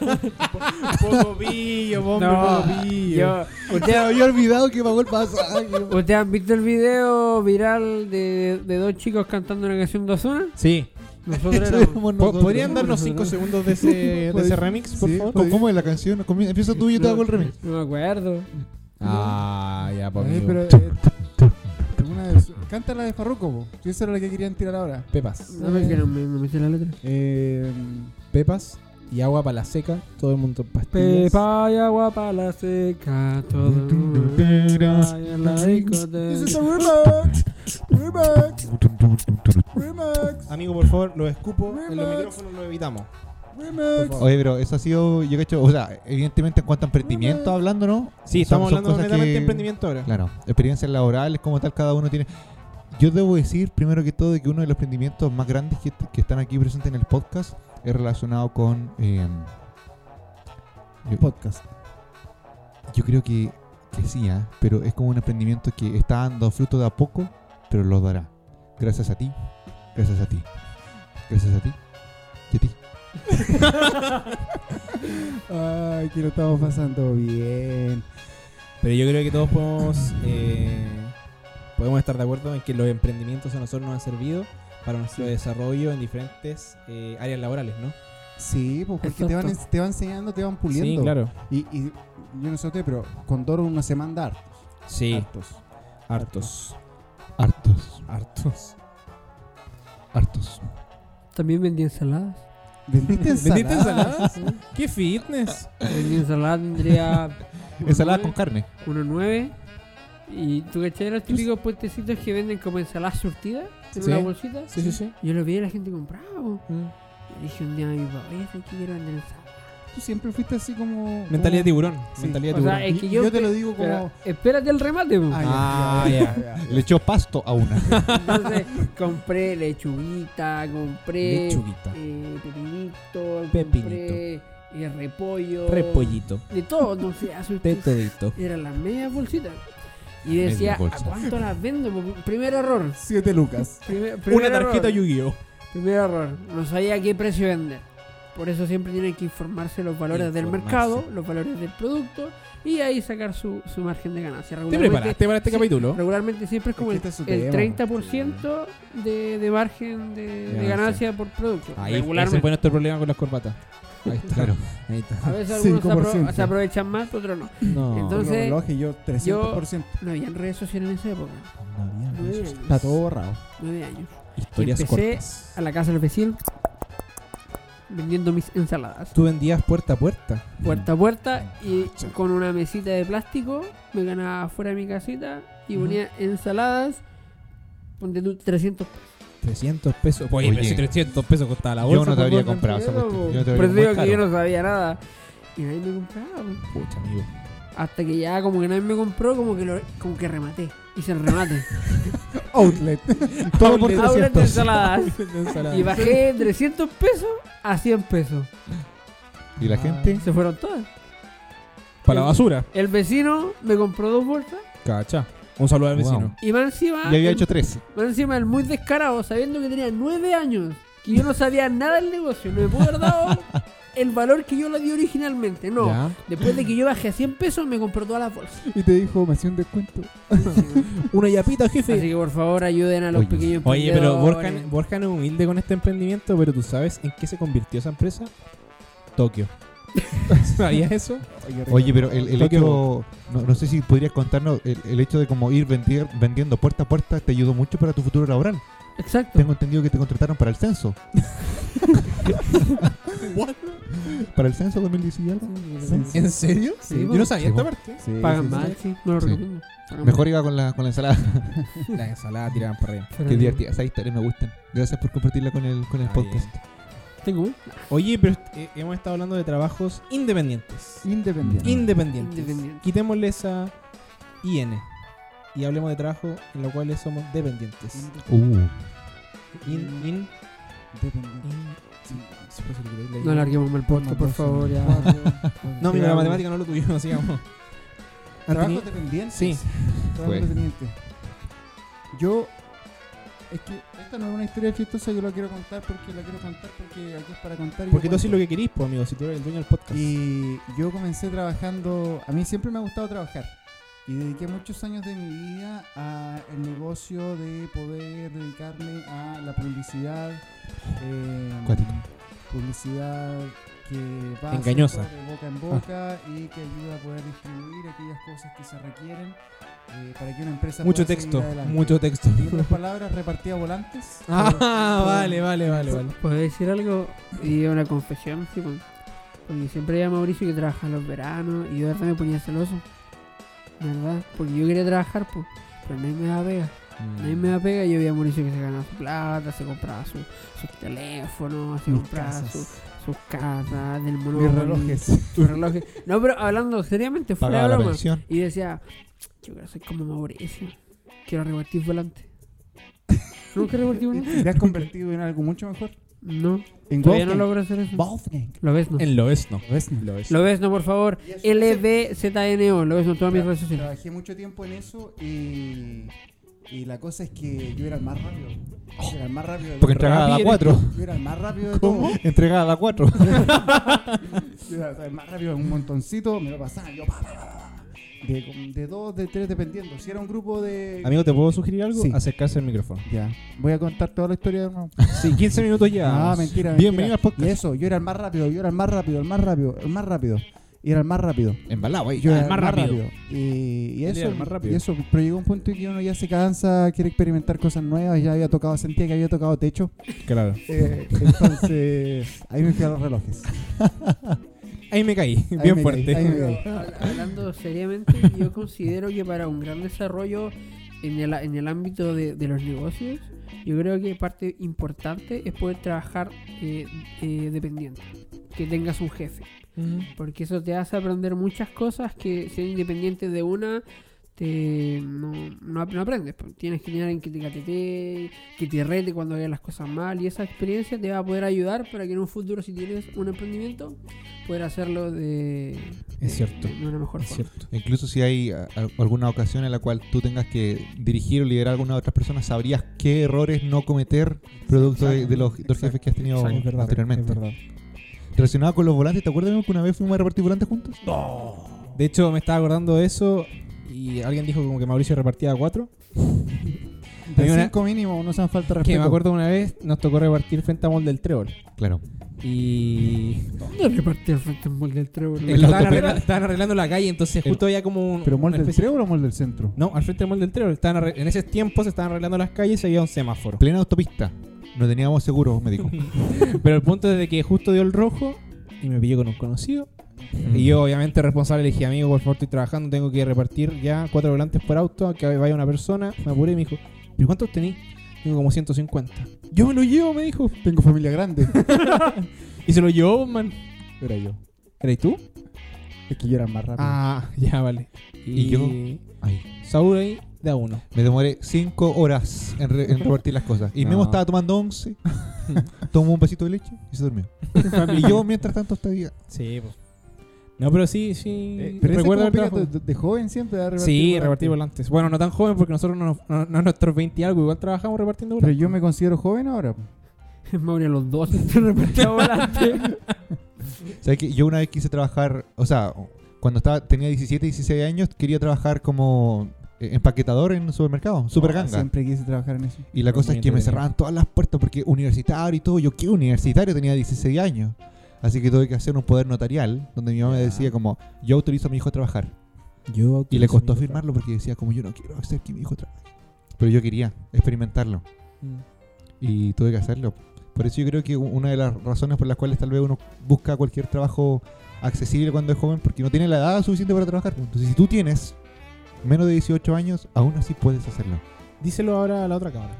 S4: Poco pillo, hombre,
S3: No,
S4: poco pillo.
S3: yo,
S2: Me había olvidado que pagó el pasaje.
S3: ¿Ustedes han visto el video viral de, de dos chicos cantando una canción de Ozuna?
S4: Sí.
S3: Nosotros éramos...
S4: Po- ¿Podrían darnos 5 segundos de ese, de ese remix, por favor?
S2: ¿Cómo, cómo es la canción? Comi- Empieza tú y yo te hago el remix.
S3: No me acuerdo.
S4: Ah, ya, pues.
S1: Oye,
S4: amigo.
S1: pero, eh, alguna de su- Canta la de Farruko, po. Si esa era la que querían tirar ahora.
S4: Pepas.
S3: No me, que no me, no me sé la letra.
S4: Eh, pepas y agua para la seca. Todo el mundo en pastillas.
S3: Pepa y agua para la seca, todo el mundo baila en la
S1: This is
S3: discoteca.
S1: a remix. Remix. Remix.
S4: Amigo, por favor, lo escupo. En los
S1: Remix.
S4: micrófonos lo evitamos.
S1: Remix.
S2: Oye, pero eso ha sido, yo cacho, o sea, evidentemente en cuanto a emprendimiento hablando, ¿no?
S4: Sí,
S2: Son-
S4: estamos
S2: son
S4: hablando
S2: cosas
S4: netamente
S2: que-
S4: de emprendimiento ahora.
S2: Claro, experiencias laborales, como tal, cada uno tiene. Yo debo decir, primero que todo, que uno de los emprendimientos más grandes que, que están aquí presentes en el podcast es relacionado con. eh, yo,
S1: Podcast.
S2: yo creo que, que sí, ¿ah? pero es como un emprendimiento que está dando fruto de a poco, pero lo dará. Gracias a ti, gracias a ti, gracias a ti, y a ti.
S1: Ay, que lo estamos pasando bien.
S4: Pero yo creo que todos podemos, eh, podemos estar de acuerdo en que los emprendimientos a nosotros nos han servido para nuestro desarrollo en diferentes eh, áreas laborales, ¿no?
S1: Sí, pues porque te van, ens- te van enseñando, te van puliendo.
S4: Sí, claro.
S1: Y, y yo no sé usted, pero con Doro uno se manda hartos.
S4: Sí,
S1: hartos.
S4: hartos.
S2: Hartos,
S4: Hartos.
S2: hartos.
S3: También vendí ensaladas.
S1: ¿Vendiste ensaladas?
S4: ¿Vendiste
S2: Ah,
S4: ensaladas? ¿Qué fitness?
S3: Vendí ensaladas, tendría... una
S2: Ensalada con
S3: nueve-
S2: carne.
S3: Una nueve. Y tú cachai los típicos puestecitos que venden como ensaladas surtidas en
S4: Sí.
S3: una bolsita.
S4: Sí, sí, sí.
S3: Yo lo vi a la gente compraba. po. Le dije un día a mi papá, oye, ¿sabes qué quiero vender ensaladas?
S1: Tú siempre fuiste así como...
S4: Mentalidad de
S1: como-
S4: tiburón.
S1: Sí.
S4: Mentalidad
S3: O
S4: de
S3: sea, eh,
S4: tiburón.
S3: es que
S1: Y-
S3: yo,
S1: yo te lo digo
S3: Espera-
S1: como-
S3: Espérate el remate, po.
S1: Ah,
S4: Ah,
S1: ya,
S4: ya.
S1: ya, ya, ya.
S2: Le echó pasto a una.
S3: Ah, Entonces compré lechuguita, compré
S4: Lechuguita.
S3: eh, pepinito,
S4: Pepinito.
S3: compré eh, repollo,
S4: Repollito.
S3: de todo, no sé, hace un-
S4: Tetodito.
S3: eran las medias bolsitas. Y
S2: Media
S3: decía,
S2: bolsa.
S3: ¿a cuánto las vendo? po? Primer error.
S1: Siete lucas.
S3: Primer,
S4: Una
S3: primer
S4: tarjeta
S3: error.
S4: Yu-Gi-Oh!
S3: Primer error. No sabía a qué precio vender. Por eso siempre tienen que informarse los valores del
S4: Informarse.
S3: mercado, los valores del producto y ahí sacar su, su margen de ganancia.
S4: ¿Te
S3: Regularmente-
S4: preparaste para este
S3: Sí.
S4: capítulo?
S3: Regularmente siempre es como
S1: Es
S3: el,
S1: que este es su
S3: el
S1: tema.
S3: 30% de, de margen de, de
S4: Ya,
S3: ganancia por producto.
S4: Ahí ese
S3: regularmente.
S4: fue nuestro problema con las corbatas. Ahí está.
S2: Claro.
S4: Ahí está.
S3: A veces algunos se,
S1: 5%.
S3: apro- se aprovechan más, otros no.
S4: No.
S3: Entonces-
S1: Con los relojes yo 300%.
S3: No había redes sociales en esa época.
S4: No había
S3: Nueve años.
S1: Está todo borrado.
S3: Nueve años.
S4: Historias
S3: Empecé
S4: cortas.
S3: A la casa del vecino vendiendo mis ensaladas.
S4: Tú vendías puerta a puerta.
S3: Puerta a puerta
S2: Ah,
S3: y con una mesita de plástico me ganaba fuera de mi casita y ponía ensaladas. Ponte tú 300
S4: 300 pesos. Oye, pero
S2: Oye.
S4: si 300 pesos costaba la bolsa. pues,
S2: Yo no te
S4: por
S2: habría
S4: favor.
S2: comprado esa cuestión. Yo no te
S3: Pero
S2: habría
S3: te digo
S2: comprado.
S3: que yo no sabía nada. Y nadie me compraba. po.
S4: Pucha, amigo.
S3: Hasta que ya como que nadie me compró, como que lo, como que rematé. Hice el remate.
S1: Outlet.
S2: Todo por
S3: Ahora
S2: 300.
S3: de ensaladas.
S4: Ensalada.
S3: Y bajé 300 pesos a 100 pesos.
S2: Y la gente.
S3: Se fueron todas.
S4: Para la basura.
S3: El vecino me compró dos bolsas.
S4: Cacha. Un saludo al vecino.
S2: Wow.
S3: Y más encima,
S2: Ya había
S3: el,
S2: hecho 13.
S3: más encima el muy descarado, sabiendo que tenía 9 años, que yo no sabía nada del negocio, no me pudo haber dado el valor que yo lo di originalmente. No.
S4: Ya.
S3: Después de que yo bajé a 100 pesos, me compró todas las bolsas.
S1: Y te dijo, me hacía un descuento.
S4: Una yapita,
S3: Así
S4: jefe.
S3: que por favor ayuden a los
S2: Oye.
S3: pequeños
S4: Oye, pero Borja,
S3: emprendedores.
S4: Borja no es humilde con este emprendimiento, pero tú sabes en qué se convirtió esa empresa? Tokio. ¿Sabías eso?
S2: Oye, pero el, el
S4: Tokio
S2: hecho. No, no sé si podrías contarnos. El, el hecho de como ir vendier- vendiendo puerta a puerta te ayudó mucho para tu futuro laboral.
S3: Exacto.
S2: Tengo entendido que te contrataron para el censo. ¿Para el censo 2010 y algo?
S1: Sí,
S4: ¿En serio?
S3: Sí,
S4: Yo no
S3: vos.
S4: sabía
S2: Sí,
S4: esta
S2: vos.
S4: parte.
S1: Sí,
S3: Pagan
S1: sí, sí.
S3: mal, sí. No lo
S2: Sí.
S3: recomiendo. Pagan
S2: Mejor iba con la, con la ensalada.
S4: La ensalada tiraban para arriba.
S3: mal. Pero-
S2: Qué divertida. Esas historias me gustan. Gracias por compartirla con el, con el
S4: Ah,
S2: podcast.
S3: Tengo un
S4: Oye, pero eh, hemos estado hablando de trabajos independientes.
S1: Independiente.
S4: Independientes.
S3: Independientes.
S4: Quitémosle esa IN y hablemos de trabajo en los cuales somos dependientes.
S2: Uh,
S4: In, in,
S1: Independiente.
S4: in- sí, por eso le quité la
S3: No
S4: I.
S3: alarguemos mal podcast, por favor. Ya.
S4: No, mira, la
S1: Claro.
S4: matemática no lo tuvimos, sigamos.
S1: Trabajo
S4: Anthony,
S1: dependiente.
S4: sí.
S1: Trabajo
S2: Fue.
S1: dependiente. Yo. Es que esta no es una historia chistosa, yo la quiero contar porque la quiero contar porque aquí es para contar. y
S4: porque
S1: yo
S4: tú haces
S1: cuento.
S4: lo que querís, pues, amigo, si tú eres el dueño del podcast.
S1: Y yo comencé trabajando. A mí siempre me ha gustado trabajar. Y dediqué muchos años de mi vida al negocio de poder dedicarme a la publicidad. eh,
S2: Cuático.
S1: publicidad que va
S4: Engañosa. Ah.
S1: sobre de boca en boca y que ayuda a poder distribuir aquellas cosas que se requieren eh, para que una empresa
S4: mucho
S1: pueda seguir
S4: texto,
S1: adelante.
S4: mucho texto.
S1: En otras palabras, repartía volantes.
S4: Ah,
S1: Pero-
S4: vale, vale, vale, vale.
S3: ¿Puedo decir algo? Y una confesión, sí, pues. Porque siempre había Mauricio que trabajaba los veranos y yo de repente me ponía celoso. ¿Verdad? Porque yo quería trabajar, pues. Pero nadie me daba pega. Nadie me daba pega y yo veía a Mauricio que se ganaba su plata, se compraba su- sus teléfonos, se
S1: Mis
S3: compraba
S1: casas.
S3: su- sus casas, del
S1: Mis
S3: Monopoly,
S1: relojes.
S3: sus relojes. No, pero hablando seriamente, fuera
S2: pagaba
S3: de
S2: la
S3: broma.
S2: pensión.
S3: Y decía, yo quiero ser como Mauricio. Quiero revertir volante. ¿Nunca revertí volante?
S1: Y te has convertido en algo mucho mejor.
S3: No.
S1: En
S3: Todavía no
S1: Wolfgang.
S3: logro hacer eso.
S1: Wolfgang.
S3: Lo ves, no.
S4: Mm. En lo es, no.
S1: Wolfgang.
S4: Lo es.
S3: Lo ves, no, por favor. LBZNO. Lo ves, no, todas mis redes sociales.
S1: Trabajé mucho tiempo en eso y, y la cosa es que yo era el más rápido.
S4: Oh.
S1: Yo era el más rápido. de
S2: Porque
S1: todos.
S2: entregaba a la
S4: Rápido.
S2: 4.
S1: Yo era el más rápido de
S2: ¿Cómo?
S1: todos.
S2: Entregaba a la 4.
S1: Yo era el más rápido, un montoncito, me lo pasaba yo. pa, pa, pa, pa. De, de dos, de tres, dependiendo. Si era un grupo de.
S4: Amigo, ¿te puedo sugerir algo?
S1: Sí.
S4: Acercarse al micrófono.
S1: Ya. Voy a contar toda la historia de nuevo.
S4: Sí, 15 minutos ya.
S1: Ah, mentira.
S2: Bienvenido
S1: mentira.
S2: al podcast.
S1: Y eso, yo era el más rápido, yo era el más rápido, el más rápido, el más rápido. Y era el más rápido.
S2: Embalado ahí.
S1: Yo era
S4: Ah, el más rápido.
S1: Y, y
S4: Él era
S1: eso,
S4: el más rápido.
S1: y eso, pero llegó un punto en que uno ya se cansa, quiere experimentar cosas nuevas, ya había tocado, sentía que había tocado techo.
S4: Claro.
S1: Eh, entonces, ahí me fui a los relojes.
S4: Ahí me caí,
S1: Ahí
S4: bien
S1: me
S4: fuerte.
S1: caí, ahí me
S3: Pero, habla- Hablando seriamente, yo considero que para un gran desarrollo en el, en el ámbito de, de los negocios, yo creo que parte importante es poder trabajar eh, eh, dependiente, que tengas un jefe, porque eso te hace aprender muchas cosas que ser independiente de una te, no, no, ap- no aprendes. po. Tienes que tener alguien que te catetee, que te rete cuando hagas las cosas mal y esa experiencia te va a poder ayudar para que en un futuro si tienes un emprendimiento poder hacerlo de,
S4: Es cierto.
S3: de, de una mejor
S4: Es
S3: forma.
S4: cierto.
S2: Incluso si hay a- a- alguna ocasión en la cual tú tengas que dirigir o liderar a alguna de otras personas, sabrías qué errores no cometer producto de, de los, de los jefes que has tenido
S4: es verdad.
S2: anteriormente.
S4: es verdad.
S2: Relacionado con los volantes, ¿te acuerdas Memo, que una vez fuimos a repartir volantes juntos?
S4: De hecho, me estaba acordando de eso y alguien dijo como que Mauricio repartía a cuatro.
S1: De
S4: Hay una-
S1: cinco mínimo, no se han falta de respeto.
S4: Que me acuerdo una vez nos tocó repartir frente a Mall del Trébol.
S2: Claro.
S4: Y.
S3: No repartí el frente en molde del trébol.
S2: El
S4: Mm. Estaban
S2: autope-
S4: arregla- estaban arreglando la calle, entonces
S2: El-
S4: justo había como un.
S1: ¿Pero mall
S4: una
S1: del
S4: especie-
S1: Trébol o mall del centro?
S4: No, al frente del Mall del Trébol. Estaban arre- En ese tiempo se estaban arreglando las calles y había un semáforo.
S2: Plena autopista. No teníamos seguro, me dijo.
S4: Pero el punto es de que justo dio el rojo y me pilló con un conocido. Y yo, obviamente, responsable, le dije, amigo, por favor, estoy trabajando, tengo que repartir ya cuatro volantes por auto, que vaya una persona. Me apuré y me dijo, ¿pero cuántos tenéis? Tengo como 150. Yo me lo llevo, me dijo.
S1: Tengo familia grande.
S4: Y se lo llevó, man. Era yo. ¿Eres tú?
S1: es que yo era más rápido.
S4: Ah, ya, vale.
S2: ¿Y yo? Ay.
S4: Saúl ahí, da uno.
S2: Me demoré 5 horas en, re- en repartir las cosas. Y
S4: No.
S2: Memo estaba tomando 11, tomó un vasito de leche y se durmió. y yo, mientras tanto, estaba
S4: Sí, pues. No, pero sí, sí.
S1: Eh, pero
S4: Recuerdo
S1: recuerda
S4: el
S1: de,
S4: trabajo.
S1: de joven siempre a repartir
S4: Sí,
S1: volantes.
S4: repartir volantes. Bueno, no tan joven porque nosotros no, no, no nuestros 20 y algo, igual trabajamos repartiendo
S1: Pero
S4: volantes.
S1: yo me considero joven ahora.
S3: Mauri a los dos te repartía volante.
S2: ¿Sabes que Yo una vez quise trabajar, o sea, cuando estaba, tenía 17, 16 años, quería trabajar como eh, empaquetador en un supermercado, super
S1: Ah,
S2: ganga.
S1: Siempre quise trabajar en eso.
S2: Y la
S4: Muy
S2: cosa es que me
S4: entretenido.
S2: cerraban todas las puertas porque universitario y todo. Yo, ¿qué universitario? Tenía 16 años. Así que tuve que hacer un poder notarial donde mi mamá me
S1: Ya.
S2: decía como, yo autorizo a mi hijo a trabajar.
S4: Yo
S2: Y le costó firmarlo porque decía como, yo no quiero hacer que mi hijo trabaje. Pero yo quería experimentarlo. y tuve que hacerlo. Por eso yo creo que u- una de las razones por las cuales tal vez uno busca cualquier trabajo accesible cuando es joven, porque no tiene la edad suficiente para trabajar. Entonces, si tú tienes menos de 18 años, aún así puedes hacerlo.
S4: Díselo ahora a la otra cámara.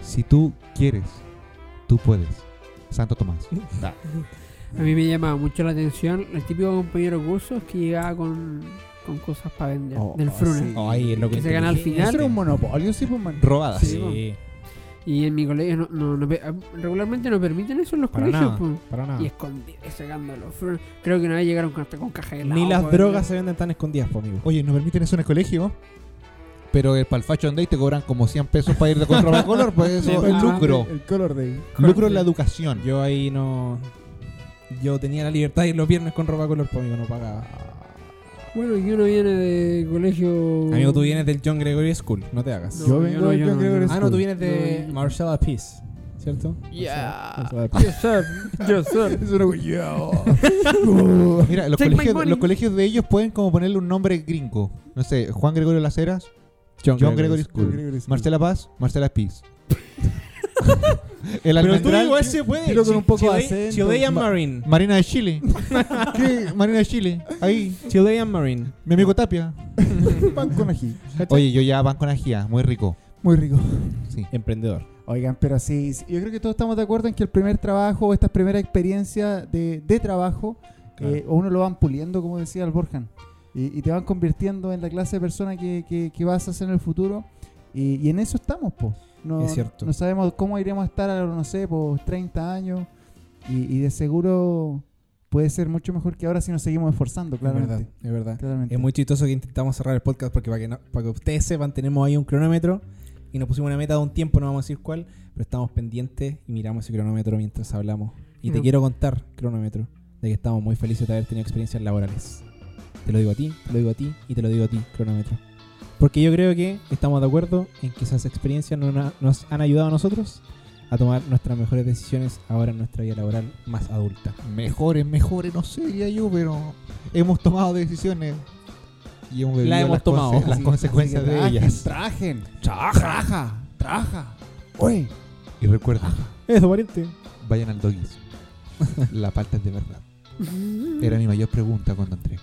S2: Si tú quieres, tú puedes. Santo Tomás.
S3: A mí me llamaba mucho la atención el típico compañero de cursos que llegaba con, con cosas para vender,
S1: Oh,
S3: del
S1: oh,
S3: Fruna.
S1: sí.
S4: Ay, el loco
S3: Que se gana al
S4: inteligente.
S1: Eso
S3: final.
S1: era un monopolio, sí, pues, man.
S2: Robadas.
S3: Sí.
S4: Sí,
S3: Y en mi colegio no, no- no pe- regularmente no permiten eso en los
S4: para
S3: colegios.
S4: nada, Ah.
S3: po.
S4: para
S3: Y
S4: nada.
S3: escondido, sacando los Fruna. Creo que una vez llegaron con- hasta con caja de pues, helado,
S4: Ni las
S2: pues,
S3: po,
S2: eh.
S4: drogas se venden tan escondidas, po, amigo.
S2: Oye, nos permiten eso en el colegio, pero el, para el Fashion Day te cobran como 100 pesos para ir de color a color, pues
S3: Sí,
S2: eso
S3: pues,
S2: es lucro.
S1: El color de
S2: Lucro en la educación.
S4: Yo ahí no. Yo tenía la libertad de ir los viernes con ropa color, po, amigo, no pagaba.
S3: Bueno, y uno viene de colegio.
S4: Amigo, tú vienes del John Gregory School, no te hagas.
S3: No,
S1: Yo vengo
S3: yo no,
S1: del
S3: yo
S1: John
S3: no,
S1: Gregory
S3: yo
S4: Ah, no, tú
S1: School.
S4: vienes de
S3: No, yo-
S4: Marshall Peace, ¿cierto?
S3: Yeah.
S4: Marshall Peace.
S3: Yes, sir. Yes, sir.
S1: Eso era como, yo.
S2: Mira, los
S3: Take my
S2: colegios,
S3: money.
S2: los colegios de ellos pueden como ponerle un nombre gringo. No sé, Juan Gregorio Las Heras, John, Gregory School,
S1: John Gregory School.
S2: Marcela Paz, Marcela Piz. el
S4: Pero tú
S2: almendral,
S4: igual se puede.
S1: Dilo con un poco de
S4: Chile-
S1: acento.
S4: Chilean
S2: Ma-
S4: Marine.
S2: Marina de Chile. ¿Qué? Marina de Chile, ahí,
S4: Chilean Marine.
S2: mi amigo Tapia.
S1: Pan con ají.
S2: Oye, yo ya van con ajía, muy rico.
S1: Muy rico.
S2: Sí.
S4: Emprendedor.
S1: Oigan, pero sí, sí, yo creo que todos estamos de acuerdo en que el primer trabajo, esta primera experiencia de, de trabajo,
S4: Claro.
S1: eh, uno lo van puliendo, como decía el Borjan, y, y te van convirtiendo en la clase de persona que, que- que vas a ser en el futuro, y, y en eso estamos, po. No,
S4: Es cierto.
S1: No sabemos cómo iremos a estar a, los, no sé, por 30 años, y, y de seguro puede ser mucho mejor que ahora si nos seguimos esforzando, claramente.
S4: Es verdad, es verdad.
S1: Claramente.
S4: Es muy chistoso que intentamos cerrar el podcast porque para que, no- para que ustedes sepan, tenemos ahí un cronómetro y nos pusimos una meta de un tiempo, no vamos a decir cuál, pero estamos pendientes y miramos ese cronómetro mientras hablamos. Y te
S3: Mm.
S4: quiero contar, cronómetro, de que estamos muy felices de haber tenido experiencias laborales. Te lo digo a ti, te lo digo a ti y te lo digo a ti, cronómetro. Porque yo creo que estamos de acuerdo en que esas experiencias no na- nos han ayudado a nosotros a tomar nuestras mejores decisiones ahora en nuestra vida laboral más adulta.
S2: Mejores, mejores, no sé, ya yo, pero hemos tomado decisiones y hemos vivido
S4: La hemos
S2: las,
S4: tomado.
S2: conse- las
S1: Así-
S2: consecuencias
S1: así que
S2: de
S1: trajen,
S2: ellas.
S1: Trajen, traja, traja. Oye,
S4: Ah,
S2: Y recuerda,
S4: Eso, pariente.
S2: vayan al doggies. La palta es de verdad. Era mi mayor pregunta cuando entré.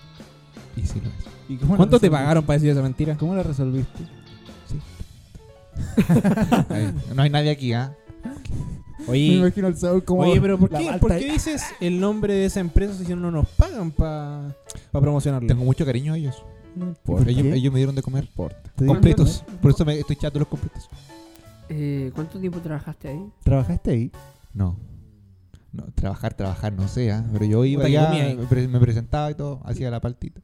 S2: Y sí lo es.
S1: ¿y cómo la
S4: ¿Cuánto te
S1: resolviste?
S4: pagaron para decir esa mentira?
S1: ¿Cómo la resolviste?
S2: Ahí. No hay nadie aquí, ¿ah?
S1: Me
S4: Oye,
S1: imagino el sabor como.
S4: Oye, pero ¿por
S1: la
S4: qué?
S1: malta
S4: ¿Por
S1: ahí.
S4: qué dices el nombre de esa empresa si no nos pagan para promocionarlo?
S2: Tengo mucho cariño a ellos.
S4: No
S1: ¿Por
S4: importa.
S2: Ellos,
S1: qué?
S2: ellos me dieron de comer.
S1: Te digo,
S2: Completos. Por eso me estoy echando los completos.
S3: Eh, ¿Cuánto tiempo trabajaste ahí?
S1: ¿Trabajaste ahí?
S2: No. No, trabajar, trabajar, no sé, ¿ah? Pero yo iba
S4: Puta, que
S2: ya,
S4: comía ahí.
S2: me pre- me presentaba y todo, hacía la paltita.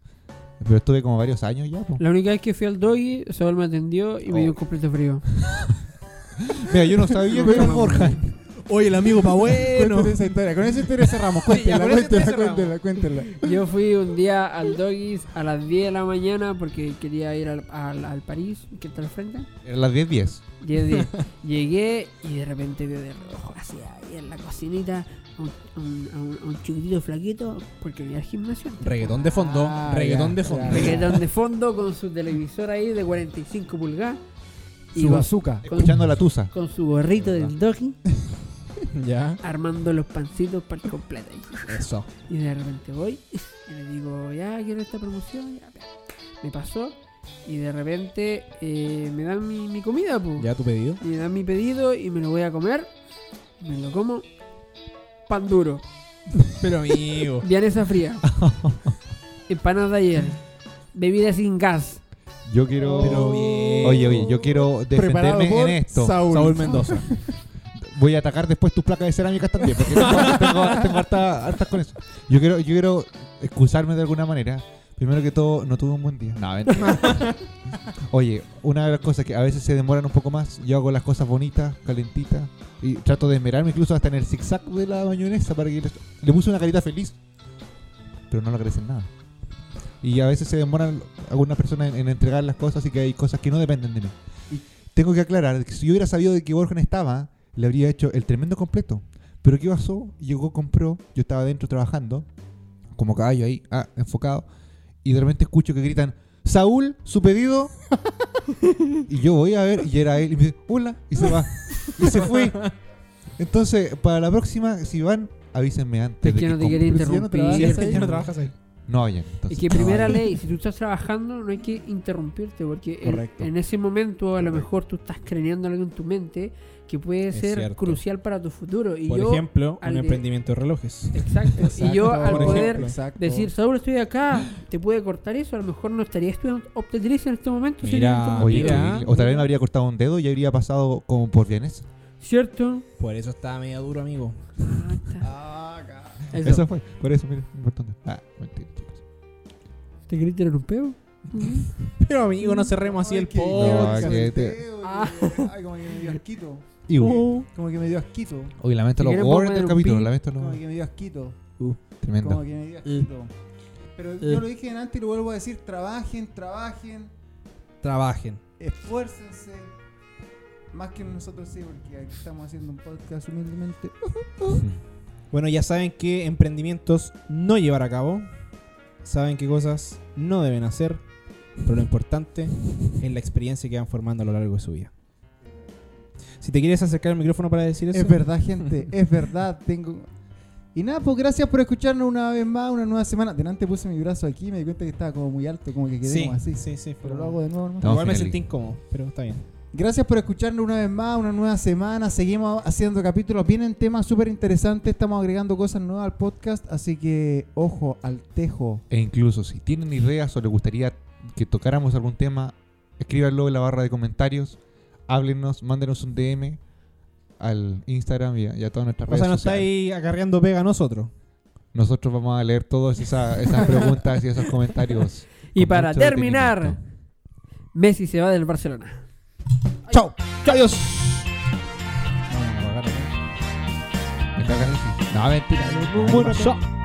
S2: Pero estuve como varios años ya, po.
S3: La única vez que fui al doggy, Saúl me atendió y me
S2: Oh.
S3: dio un completo frío.
S2: Mira, yo no sabía que era Borja.
S4: Oye, el amigo pa' bueno.
S1: Cuéntale esa historia. Con esa historia cerramos.
S4: Ya,
S1: Cuéntela,
S4: con esa historia
S1: cuéntela,
S4: cerramos.
S1: cuéntela, cuéntela.
S3: Yo fui un día al doggy a las 10 de la mañana porque quería ir al, al, al París, que está al frente.
S2: Era las 10.10.
S3: 10 10. Llegué y de repente veo de rojo así ahí en la cocinita a un, a un- a un- a un chiquitito flaquito porque voy al gimnasio. antes.
S4: Reggaetón de fondo,
S1: Ah,
S4: reggaetón
S1: ya,
S4: de fondo.
S1: ya.
S3: Reggaetón de fondo con su televisor ahí de 45 pulgadas y
S1: Su
S3: con,
S1: bazooka.
S2: Escuchando la tusa.
S3: con su gorrito del doggy
S4: Ya,
S3: armando los pancitos para el completo.
S4: eso.
S3: Y de repente voy y le digo, ya quiero esta promoción. ya, ya. Me pasó y de repente eh, me dan mi, mi comida, pues.
S4: Ya tu pedido.
S3: Me dan mi pedido y me lo voy a comer. Me lo como. Pan duro.
S4: Pero amigo.
S3: Vianesa fría. Empanadas de ayer. Bebida sin gas. Oh.
S2: Yo quiero.
S4: Pero bien.
S2: Oye, oye, yo quiero
S1: Preparado
S2: defenderme
S1: por
S2: en esto.
S1: Saúl.
S4: Saúl Mendoza.
S2: Voy a atacar después tus placas de cerámicas también, porque tengo, tengo- tengo harta- hartas con eso. Yo quiero, yo quiero excusarme de alguna manera. Primero que todo, no tuve un buen día. No, mentira. Oye, una de las cosas que a veces se demoran un poco más, yo hago las cosas bonitas, calentitas, y trato de esmerarme incluso hasta en el zigzag de la mayonesa para que les- le puse una carita feliz, pero no le agradecen nada. Y a veces se demoran algunas personas en, en entregar las cosas, así que hay cosas que no dependen de mí. Tengo que aclarar que si yo hubiera sabido de que Borjan estaba, le habría hecho el tremendo completo. Pero ¿qué pasó? Llegó, compró, yo estaba adentro trabajando, como caballo ahí, ah, enfocado, y de repente escucho que gritan, Saúl, su pedido. y yo voy a ver, y era él, y me dice, hola, y se va. Y se fue. Entonces, para la próxima, si van, avísenme antes.
S3: Es que
S2: de
S3: no te
S2: compre.
S3: quería
S1: pero si ya no trabajas
S3: interrumpir.
S4: Sí,
S1: ahí.
S4: es que ya no trabajas ahí.
S2: No vayan.
S3: Es
S2: entonces.
S3: que primera ley, si tú estás trabajando no hay que interrumpirte porque en-
S1: Correcto.
S3: en ese momento a lo mejor tú estás creneando algo en tu mente que puede
S4: Es
S3: ser
S4: cierto.
S3: crucial para tu futuro. Y
S4: Por
S3: yo,
S4: ejemplo, un
S3: al de-
S4: emprendimiento de relojes.
S3: exacto, y yo al
S4: por
S3: poder
S4: ejemplo.
S1: Oh.
S3: decir, Saúl, estoy acá, te puede cortar eso, a lo mejor no estaría estudiando obstetricia en este momento. sino en
S4: Mira,
S3: este momento.
S2: Oye,
S4: Mira.
S2: horrible. o tal vez me habría cortado un dedo y habría pasado como por bienes.
S3: ¿Cierto?
S4: Por eso estaba medio duro, amigo.
S3: Ah, está.
S2: Eso.
S1: Ah,
S3: Eso.
S2: fue. Por eso, mira, importante. Ah, mentira, chicos.
S3: ¿Te querés tirar un peo?
S4: Pero, amigo, no cerremos así
S1: Ay,
S4: el
S1: que-
S4: podcast.
S2: No, que te-
S3: Ah.
S1: Ay, como que me dio asquito.
S2: Y uy,
S1: Oh, Como que me dio asquito.
S2: uy, lamento
S3: Si
S2: los
S3: quieres
S2: gordos
S3: poner
S2: del
S3: un
S2: capítulo,
S3: pi-
S2: lamento
S1: Como
S2: los.
S1: que me dio asquito. Como
S2: Tremendo.
S1: que me dio asquito. Pero
S4: Eh.
S1: yo lo dije antes y lo vuelvo a decir. Trabajen, trabajen,
S4: Trabajen.
S1: esfuércense. Más que nosotros sí, porque aquí estamos haciendo un podcast humildemente.
S4: Bueno, ya saben qué emprendimientos no llevar a cabo. Saben qué cosas no deben hacer. Pero lo importante es la experiencia que van formando a lo largo de su vida. Si te quieres acercar al micrófono para decir eso.
S1: Es verdad, gente, es verdad. Tengo. Y nada, pues gracias por escucharnos una vez más, una nueva semana. Delante puse mi brazo aquí y me di cuenta que estaba como muy alto, como que quedé
S4: Sí,
S1: como así.
S4: sí, sí. fue
S1: Pero lo
S4: como-
S1: hago de nuevo, hermano.
S2: Estamos
S4: Igual me
S2: genial.
S4: sentí incómodo, pero está bien.
S1: Gracias por escucharnos una vez más, una nueva semana. Seguimos haciendo capítulos. Vienen temas súper interesantes. Estamos agregando cosas nuevas al podcast. Así que ojo al tejo.
S2: E incluso si tienen ideas o les gustaría que tocáramos algún tema, escríbanlo en la barra de comentarios, háblenos, mándenos un DM al Instagram y a, y a todas nuestras
S4: O sea,
S2: redes
S4: no está
S2: sociales.
S4: ahí acarreando pega a nosotros.
S2: Nosotros vamos a leer todas esas, esas preguntas y esos comentarios.
S3: Y
S2: con
S3: para
S2: mucho
S3: terminar,
S2: detenimiento.
S3: Messi se va del Barcelona.
S4: Chao. Adiós.
S2: ¿eh? Vamos a apagarlo, ¿no? Me cagan así. No, mentira.
S4: Bueno, chao.